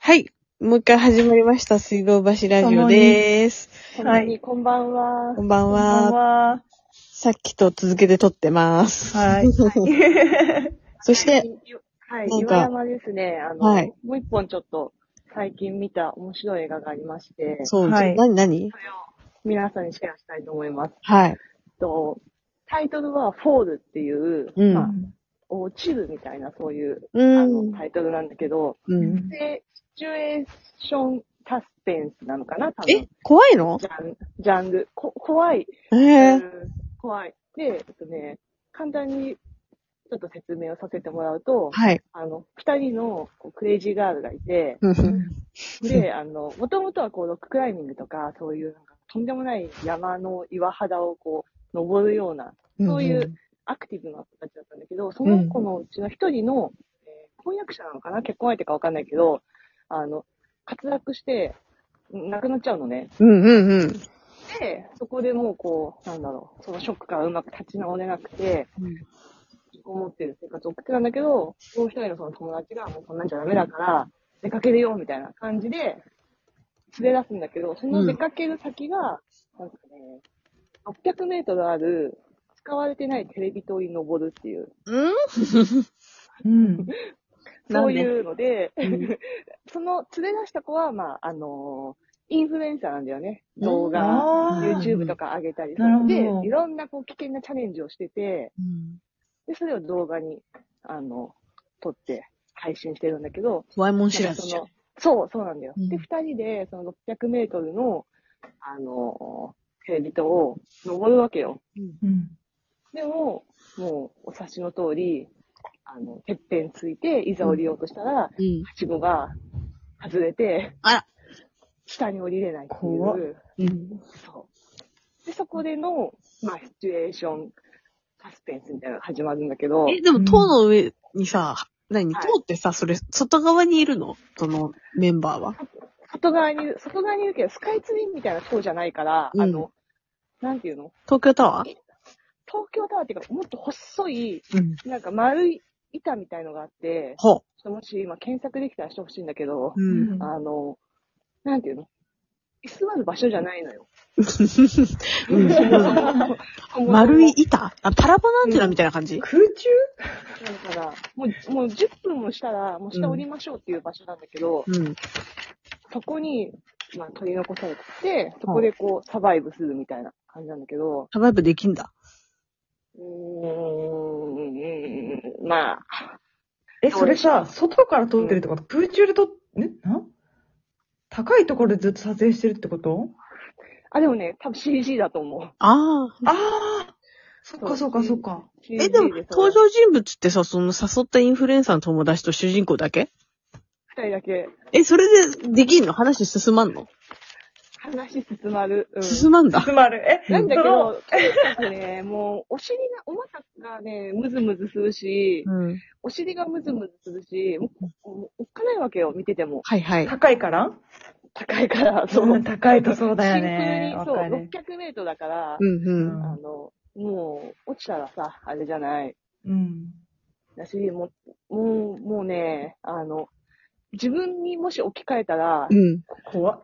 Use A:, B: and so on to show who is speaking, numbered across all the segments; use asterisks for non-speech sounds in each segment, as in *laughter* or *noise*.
A: はい。もう一回始まりました。水道橋ラジオでーす。
B: こんに、こんばんは。
A: こんばん
B: こんばん
A: は。
B: は。
A: さっきと続けて撮ってます。 *laughs*
B: はい。
A: そして、
B: はい、
A: なん
B: 岩
A: か
B: 山ですね。あの、
A: はい
B: もう一本ちょっと最近見た面白い映画がありまして、
A: そう、
C: はい
A: 何何
B: それを皆さんにシェアしたいと思います。
A: はい。
B: とタイトルは、フォールっていう、
A: うん
B: まあ、落ちるみたいなそういう、
A: う
B: あ
A: ん
B: の、。タイトルなんだけど、
A: うん、
B: で、シチュエーションサスペンスなのかな多分
A: え、怖いの
B: ジャンジャンル。こ怖い。
A: ええ
B: うん怖い。で、えっとね、簡単にちょっと説明をさせてもらうと、
A: はい。
B: あの、二人のこうクレイジーガールがいて、で、あの、もともとはこう、ロッククライミングとか、そういうなんか、とんでもない山の岩肌をこう、登るような、そういうアクティブな子たちだったんだけど、その子のうちの一人の、えー婚約者なのかな結婚相手かわかんないけど、あの、滑落して、亡くなっちゃうのね。
A: うんうんうん。
B: で、そこでもうこう、なんだろう、そのショックからうまく立ち直れなくて、思ってる生活を送ってたんだけど、もう一人のその友達が、もうこんなんじゃダメだから、出かけるよ、みたいな感じで、連れ出すんだけど、その出かける先が、なんかね、600メートルある、使われてないテレビ塔に登るっていう、
A: うん
C: うん。
B: そういうので、その連れ出した子は、まあ、あのインフルエンサーなんだよね、動画。
C: あー
B: YouTube とか上げたり
C: なるほど
B: で、いろんなこう危険なチャレンジをしてて、で、それを動画に、あの、撮って配信してるんだけど、
A: 怖いもん知
B: な
A: ら
B: んか
A: ず
B: そ
A: じゃん
B: の。、そう、そうなんだよ。
A: うん
B: で、二人で、その600メートルの、あの、テレビ塔を登るわけよ。
C: うん。
B: でも、もう、お察しの通り、あの、てっぺんついて、いざ降りようとしたら、は
A: うん。
B: しごが外れて、
A: あら。
B: 下に降りれないってい
C: 怖っ
B: う。
A: うん。
B: そう。で、そこでの、まあ、シチュエーション、サスペンスみたいなのが始まるんだけど、
A: え、でも塔の上にさ、何
B: はい
A: 塔ってさ、それ、外側にいるのそのメンバーは。
B: 外側にいる、外側にいるけど、スカイツリーみたいな塔じゃないから、
A: うん
B: あの、なんていうの
A: 東京タワー
B: 東京タワーっていうか、もっと細い、
A: うん。
B: なんか丸い板みたいのがあって、
A: ほ
B: ちょっともし今検索できたらしてほしいんだけど、
A: う。うん。
B: あの、なんていうの居座る場所じゃないのよ。
A: *laughs* 丸い板あ、パラボランティラみたいな感じ、
C: 空中
B: だから、もう、もう10分もしたら、もう下降りましょうっていう場所なんだけど、
A: うん、
B: そこに、まあ、取り残されてて、そこでこう、サバイブするみたいな感じなんだけど、
A: サバイブできんだ。
B: うーん、まあ、
C: え、それさ、外から撮ってるってこと空中で撮っ、ねなん高いところでずっと撮影してるってこと
B: あ、でもね、多分 CG だと思う。
A: ああ。
C: ああそっかそっかそっか。
B: CG
A: え、でも、登
B: その
A: 場人物ってさ、その誘ったインフルエンサーの友達と主人公だけ
B: 二人だけ
A: え、それでできんの話進まんの、
B: 話進まる。うん。
A: 進まんだ。
C: つまる。え、
B: なんだけ
C: その、
B: ど、とにかくね、もう、お尻が、お股がね、ムズムズするし、
A: うん。
B: お尻がムズムズするし、もう、もうおっかないわけよ、見てても。
A: はいはい。
C: 高いから
B: 高いから、そう。
C: うん高いとそうだよね。
B: シン
C: わ
B: プル
C: か
B: に
C: る。、
B: そう、600メートルだから
A: う、んうん。
B: あの、もう、落ちたらさ、あれじゃない。
C: うん。
B: だし、もう、もう、もうね、あの、自分にもし置き換えたら、
A: うん。
C: 怖っ。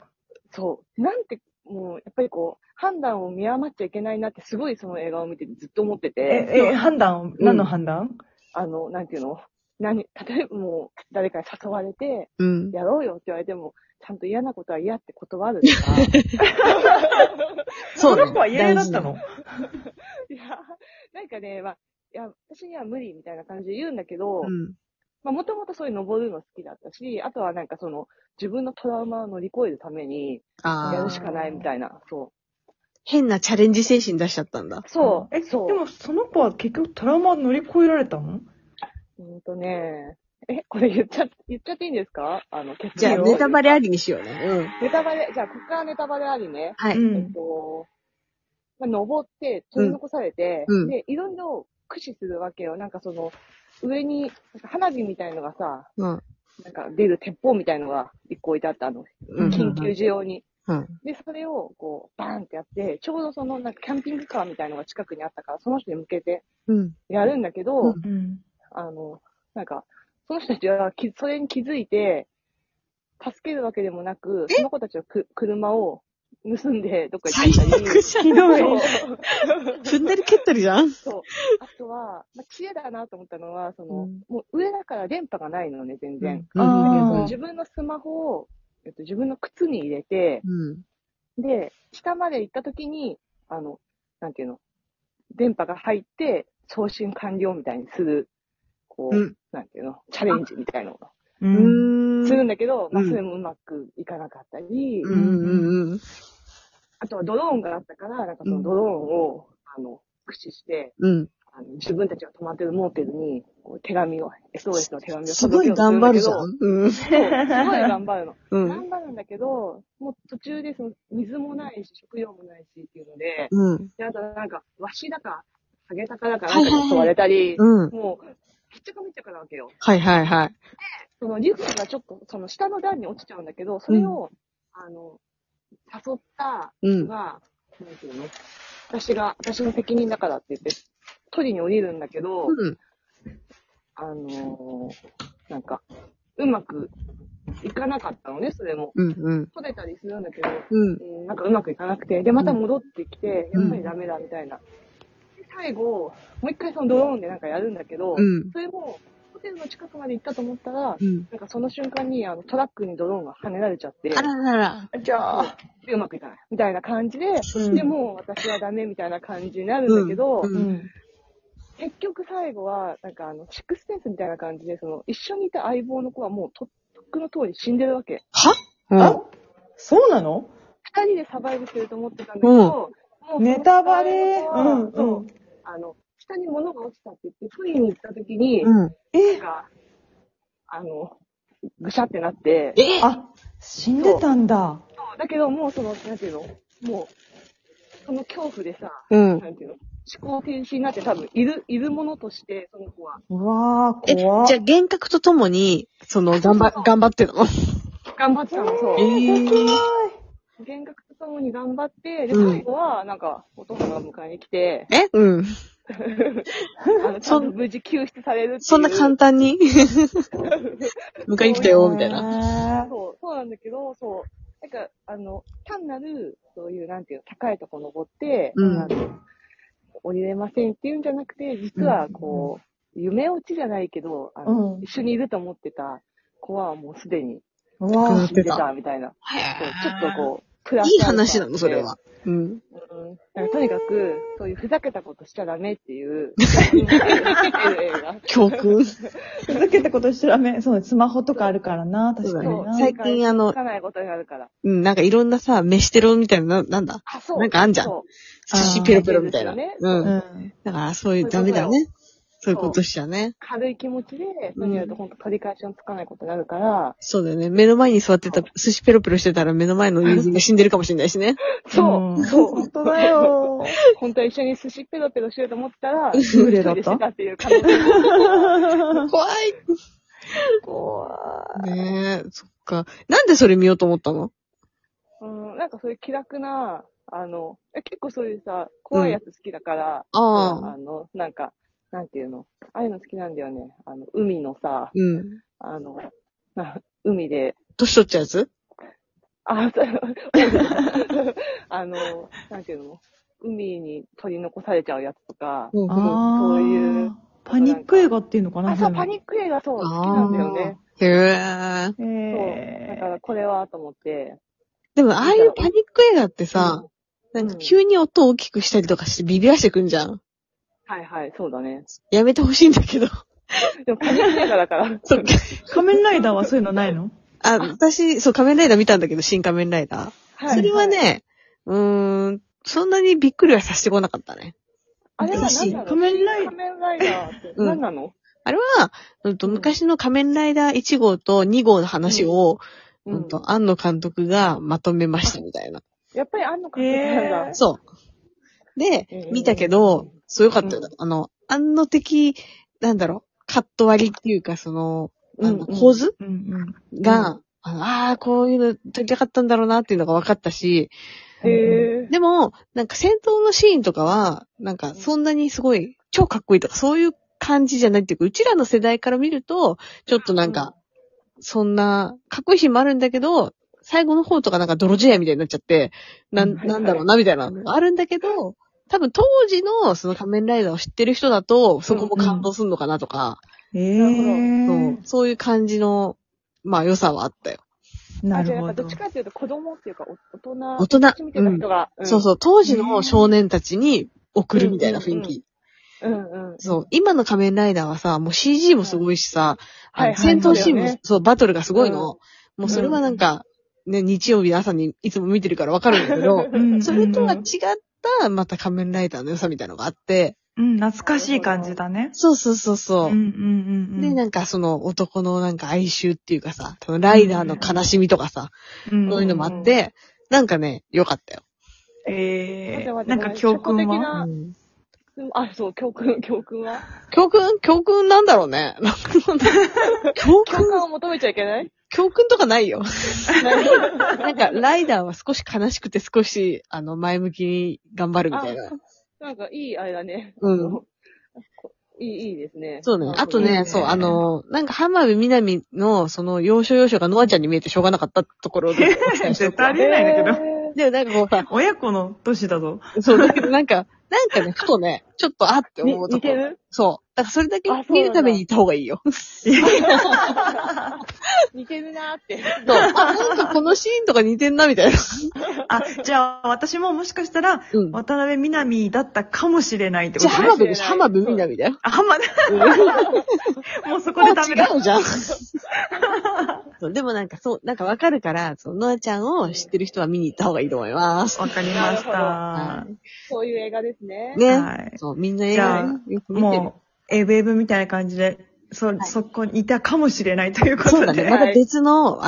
B: そう、なんて、もう、やっぱりこう、判断を見誤っちゃいけないなって、すごいその映画を見ててずっと思ってて、
C: え、え、判断何の判断
B: あの、なんていうの何、例えばもう、誰かに誘われて、
A: うん。
B: やろうよって言われても、ちゃんと嫌なことは嫌って断るとか、
C: *laughs*
B: い
A: そう、ね。
C: この子は有名だったの
B: や、なんかね、まあ、いや、私には無理みたいな感じで言うんだけ
A: 大
B: ど、
A: 事うん。
B: まあ、もともとそういう登るの好きだったし、あとはなんかその、自分のトラウマを乗り越えるために、や
A: あ
B: る
A: あ
B: し。かないみたいな、そ
A: 変なチャレンジ精神出しちゃったんだ
B: う。。そう、
C: え、で
B: そう。
C: もその子は結局トラウマ乗り越えられたの
B: うんとね、え、これ言っちゃ、言っちゃっていいんですかあの、決
A: じゃあ、
C: いいよ。
A: ネタバレありにしようね。うん。
B: ネタバレ、じゃあ、ここからネタバレありね。
A: はいう
B: えっ
C: ん。
B: と、まあ、登って、取り残されて、
A: うんうん
B: で、いろいろ駆使するわけよ。なんかその、上に、なんか花火みたいのがさ、
A: うん。
B: なんか出る鉄砲みたいのが一個置いてあったの。
A: うん。
B: 緊急需要に。
A: うん。
B: で、それを、こう、バーンってやって、ちょうどその、なんかキャンピングカーみたいのが近くにあったから、その人に向けて
A: うん。
B: やるんだけど、
A: うん
C: うん。
B: あの、なんか、その人たちはき、それに気づいて、助けるわけでもなく、その子たちはく車を盗んでどっか行
A: 最
B: っちゃったり。
A: 悪じゃん。
C: ひどい
B: そう
A: *laughs* 踏んだり蹴ったりじゃん。
B: そう。あとは、まあ、知恵だなと思ったのは、その、
A: うん
B: もう上だから電波がないのね、全
A: う
B: 然。
A: ん
B: だけど
C: あ
B: 自分のスマホを、えっと、自分の靴に入れて、
A: うん。
B: で、下まで行った時に、あの、なんていうの、電波が入って、送信完了みたいにする、こう、
A: うん
B: なんていうの、チャレンジみたいなのを
C: う。
A: うんん。
B: するんだけど、まあ、
A: うん
B: それもうまくいかなかったり、
A: うんうんうん。
B: あとはドローンがあったから、なんかそのドローンを、あの、駆使して、
A: うん。
B: あの自分たちが泊まってるモーテルに、こう手紙を、SOS の手紙を
A: すご
B: 届け
A: い
B: ようとす
A: 頑
B: んだ
A: 張
B: け
A: る
B: ど
A: じゃん。うん。
B: そうすごい頑張るの。
A: うん。
B: 頑張るんだけど、もう途中でその水もないし、食料もないしっていうので、
A: うん。
B: であとなんか、わしだか、ハゲタカだか
A: は
B: ないん
A: はいは
B: か
A: い
B: に襲われたり、
A: うん。
B: もう、ひっちゃかめっちゃかなわけよ。
A: はいはいはい。
B: そのリュックがちょっと、その下の段に落ちちゃうんだけど、それを、あの、誘った
A: うん
B: の。が、なんていうの私が、私の責任だからって言って、取りに降りるんだけど、
A: うん。
B: あのーなんか、うまくいかなかったのね、それも。
A: うんうん。
B: 取れたりするんだけど、
A: うん。
B: うん、なんかうまくいかなくて、で、また戻ってきて、
A: うん
B: やっぱりダメだみたいな。で、最後、もう一回そのドローンでなんかやるんだけど、
A: うん。
B: それも、ホテルの近くまで行ったと思ったら、
A: うん。
B: なんかその瞬間にあのトラックにドローンが跳ねられちゃって、
A: あららら。
C: じゃあ、
B: でうまくいかない。みたいな感じで、
A: うん
B: でもう私はダメみたいな感じになるんだけど、
A: うんうん
C: ん。
B: 結局最後は、なんかあの、シックスセンスみたいな感じで、その、一緒にいた相棒の子はもうと、とっくの通り死んでるわけ。
A: あ
C: あそうなの
B: 二人でサバイブしてると思ってたんだけど、もう
C: ネタバレ
B: その
C: うん、。
B: 相棒はそううんあの、下に物が落ちたって言って、取りに行った時に、
A: うん。
B: なんか、あの、ぐしゃってなって、
A: え
C: あ、死んでたんだ。
B: そうだけどもうその、なんていうの、もう、その恐怖でさ、
A: うん。
B: なんていうの、思考停止になって多分、いる、いるものとして、その子は、
C: うわ
A: え、
C: ー、
A: じ
C: 怖
A: ゃ
C: っ
A: あ幻覚とともに、その、頑張、頑張ってたの。
B: 頑張ってたの、そう。
A: えー。
B: 幻覚とともに頑張って、で、
A: うん
B: 最後は、なんか、お父さんが迎えに来て、
A: えうん。
B: あの、ちゃんと無事救出されるっていう。
A: そんな簡単に迎えに来たよ、みたいな。
C: な。
B: そう、そうなんだけど、そう。なんか、あの、単なる、そういう、なんていうの、高いとこ登って、
A: うん
B: あの降りれませんっていうんじゃなくて、実は、こう、夢落ちじゃないけど、あの、
C: うん
B: 一緒にいると思ってた子はもうすでに
C: うわ
A: うん
C: ー
B: 死んでた、みたいな。そうちょっとこう、プラ
A: いい話なの、それは。うん。
B: うんなんかとにかく、そういうふざけたことしちゃダメっ
A: *laughs*
B: ていう、映画。
A: 教訓。そ
C: ふざけたことしちゃダメ。そう、スマホとかあるからな、確かに
B: そう
C: な。
A: 最近あの
B: つ、かないことになるから。
A: うん、なんかいろんなさ、飯テロみたいな、なんだ
B: あ、そう。
A: なんかあんじゃん
B: そ
A: 寿司ペロペロみたいな。
B: あーそうです
A: う。
C: うんん。
A: だから、そういうダメだよね。そういうことしちゃね
B: う。軽い気持ちで、そういうのやると本当取り返しのつかないことになるから、
A: そうだよね。目の前に座ってた、寿司ペロペロしてたら目の前の友人が死んでるかもしれないしね。
B: そう、
C: うん
B: そう。
C: 本当だ。よ。
B: 本当は一緒に寿司ペロペロしようと思ったら、
C: 幽霊だっ
B: 一人で
C: た
B: してたっていう感じ。
A: *laughs* 怖い
C: 怖
A: ねえ、そっか。なんでそれ見ようと思ったの
B: うん、なんかそういう気楽な、あの、え結構そういうさ、怖いやつ好きだから、
A: ああ。
B: あの、なんか、なんていうの、ああいうの好きなんだよね。あの、海のさ、
A: うん。
B: あの、な海で、
A: 年取っちゃうやつ
B: あ、そう、 *laughs* あの、なんていうの海に取り残されちゃうやつとか、
A: うん
C: あ
A: うん。
C: ー
B: そういう。
C: パニック映画っていうのかな
B: あ、そう、パニ
C: ッ
B: ック映画そう、好き
A: あー
B: なんだよね。
A: へえ。
C: ク。
B: そう。だか
C: え
B: らこれはと思って。
A: でも、ああいうパニック映画ってさ、
B: うん
A: なんか急に音を大きくしたりとかしてビビらしてくんじゃん。
B: はいはい、そうだね。
A: やめてほしいんだけど。
B: でもパニック映画だ *laughs* から。
A: そっか。
C: ー仮面ライダーはそういうのないの
A: *laughs* あ、私、そう、仮面ライダー見たんだけど、新仮面ライダー。
B: はい
A: それは、ね、うーん、そんなにびっくりはさせてこなかったね。
B: あれは何な
C: 私
B: の
C: 仮面ライ
B: 仮面ライダーって
A: うん
B: 何なの
A: あれは、うんと、
B: うん
A: 昔の仮面ライダー1号と2号の話を、
B: う
A: うんんと、庵野監督がまとめましたみたいな。
B: やっぱりあんのかなんだ。
A: そう。で
B: え、ー
A: 見たけど、すごかったよ
B: うん。
A: あの、庵野的、なんだろう、カット割りっていうか、その、あの
B: うんうん
A: 構図
C: うん
A: が、あのあー、こういうの撮りたかったんだろうなっていうのが分かったし、
B: へえ。
A: でも、なんか戦闘のシーンとかは、なんかそんなにすごい、超かっこいいとか、そういう感じじゃないっていうか、うちらの世代から見ると、ちょっとなんか、そんな、かっこいいシーンもあるんだけど、最後の方とかなんか泥試合みたいになっちゃって、な
C: うん
A: ん、
C: はい
A: なんだろうな、みたいなのがあるんだけど、多分当時のその仮面ライダーを知ってる人だと、そこも感動するのかなとか、
C: え
A: そうそういう感じの、まあ良さはあったよ。
C: え。な
B: あじゃあ
C: る
B: や
C: ほ
B: っぱど
C: ど
B: っち。かっていうと子供っていうかお大
A: 大
B: 人、
A: 人、
B: 私みた
A: う
B: いなん人。が、うん
A: そうそう、当時の少年たちに送るみたいな雰囲気。
B: うんうん。
A: そう、今の仮面ライダーはさ、もう CG もすごいしさ、
B: はい
A: あの
B: はいはい
A: 戦闘シーンも、
B: そうだ
A: そう
B: よね
A: バトルがすごいの。
B: う
A: もうそれはなんか、ね、日曜日の朝にいつも見てるからわかるんだけ
B: *laughs*
A: ど、
C: うん
A: それとは違った、また仮面ライダーの良さみたいなのがあって、
C: うん、懐かしい感じだね。
A: そうそうそうそう。
C: うんうんうんうん。
A: で、なんかその男のなんか哀愁っていうかさ、そのライダーの悲しみとかさ、
C: うん
A: そういうのもあって、なんかね、良かったよ。
C: え
B: 待って
C: ー、
B: 待
C: な
B: っ
C: ん
B: て
C: か教訓
B: ごめん
C: は
B: あ
A: うん
B: あ、 *laughs* そう、教訓、教訓は
A: 教訓教訓なんだろうね。なんかそんな教
B: 教訓
A: 訓
B: を求めちゃいけない
A: 教訓とかないよ。
B: ない
A: なんか、ライダーは少し悲しくて少し、あの、前向きに頑張るみたいな。
B: なんかいいあれだね。
A: うん。
B: いい、いいですね。
A: そうね。あとね、
C: いいね
A: そう、あの、なんか浜辺美波の、その、要所要所がノアちゃんに見えてしょうがなかったところでお伝えしと
C: 絶
A: くわ
C: 対ありえないんだけど。
B: ど。
A: *laughs* でもなんかこうさ、
C: 親子の年
A: *laughs*
C: だぞ。
A: そう、だけどなんか、なんかね、ふとね、ちょっとあって
B: に
A: 思うと
B: 似
A: こ
B: てる
A: そう。だからそれだけ
B: あそう
A: 見
B: なんだ
A: るために行った方がいいよ。
B: 似てるなーって。
A: そう。あ、 *laughs* なんかこのシーンとか似てんな、みたいな。
C: あ、じゃあ私ももしかしたら、
A: *laughs* うん。
C: 渡辺みなみだったかもしれないってこ
A: *laughs* じゃあ
C: とね。
A: 浜辺でしょ、浜辺美波だよ。
C: あ、浜田、もうそこでダメだ。
A: 違うじゃん。そうでもなんかそう、なんかわかるから、そのノアちゃんを知ってる人は見に行った方がいいと思います。
C: わかりました。
A: は
C: は
B: そういう映画ですね。
A: ね。
C: い。
A: そう、みんな映
C: じゃ
A: 画
C: あ
A: ねよく見てる。
C: もう、エブエブみたいな感じで、そ、そこにいたかもしれないということ
A: そ
C: で。
A: うだね。また別の、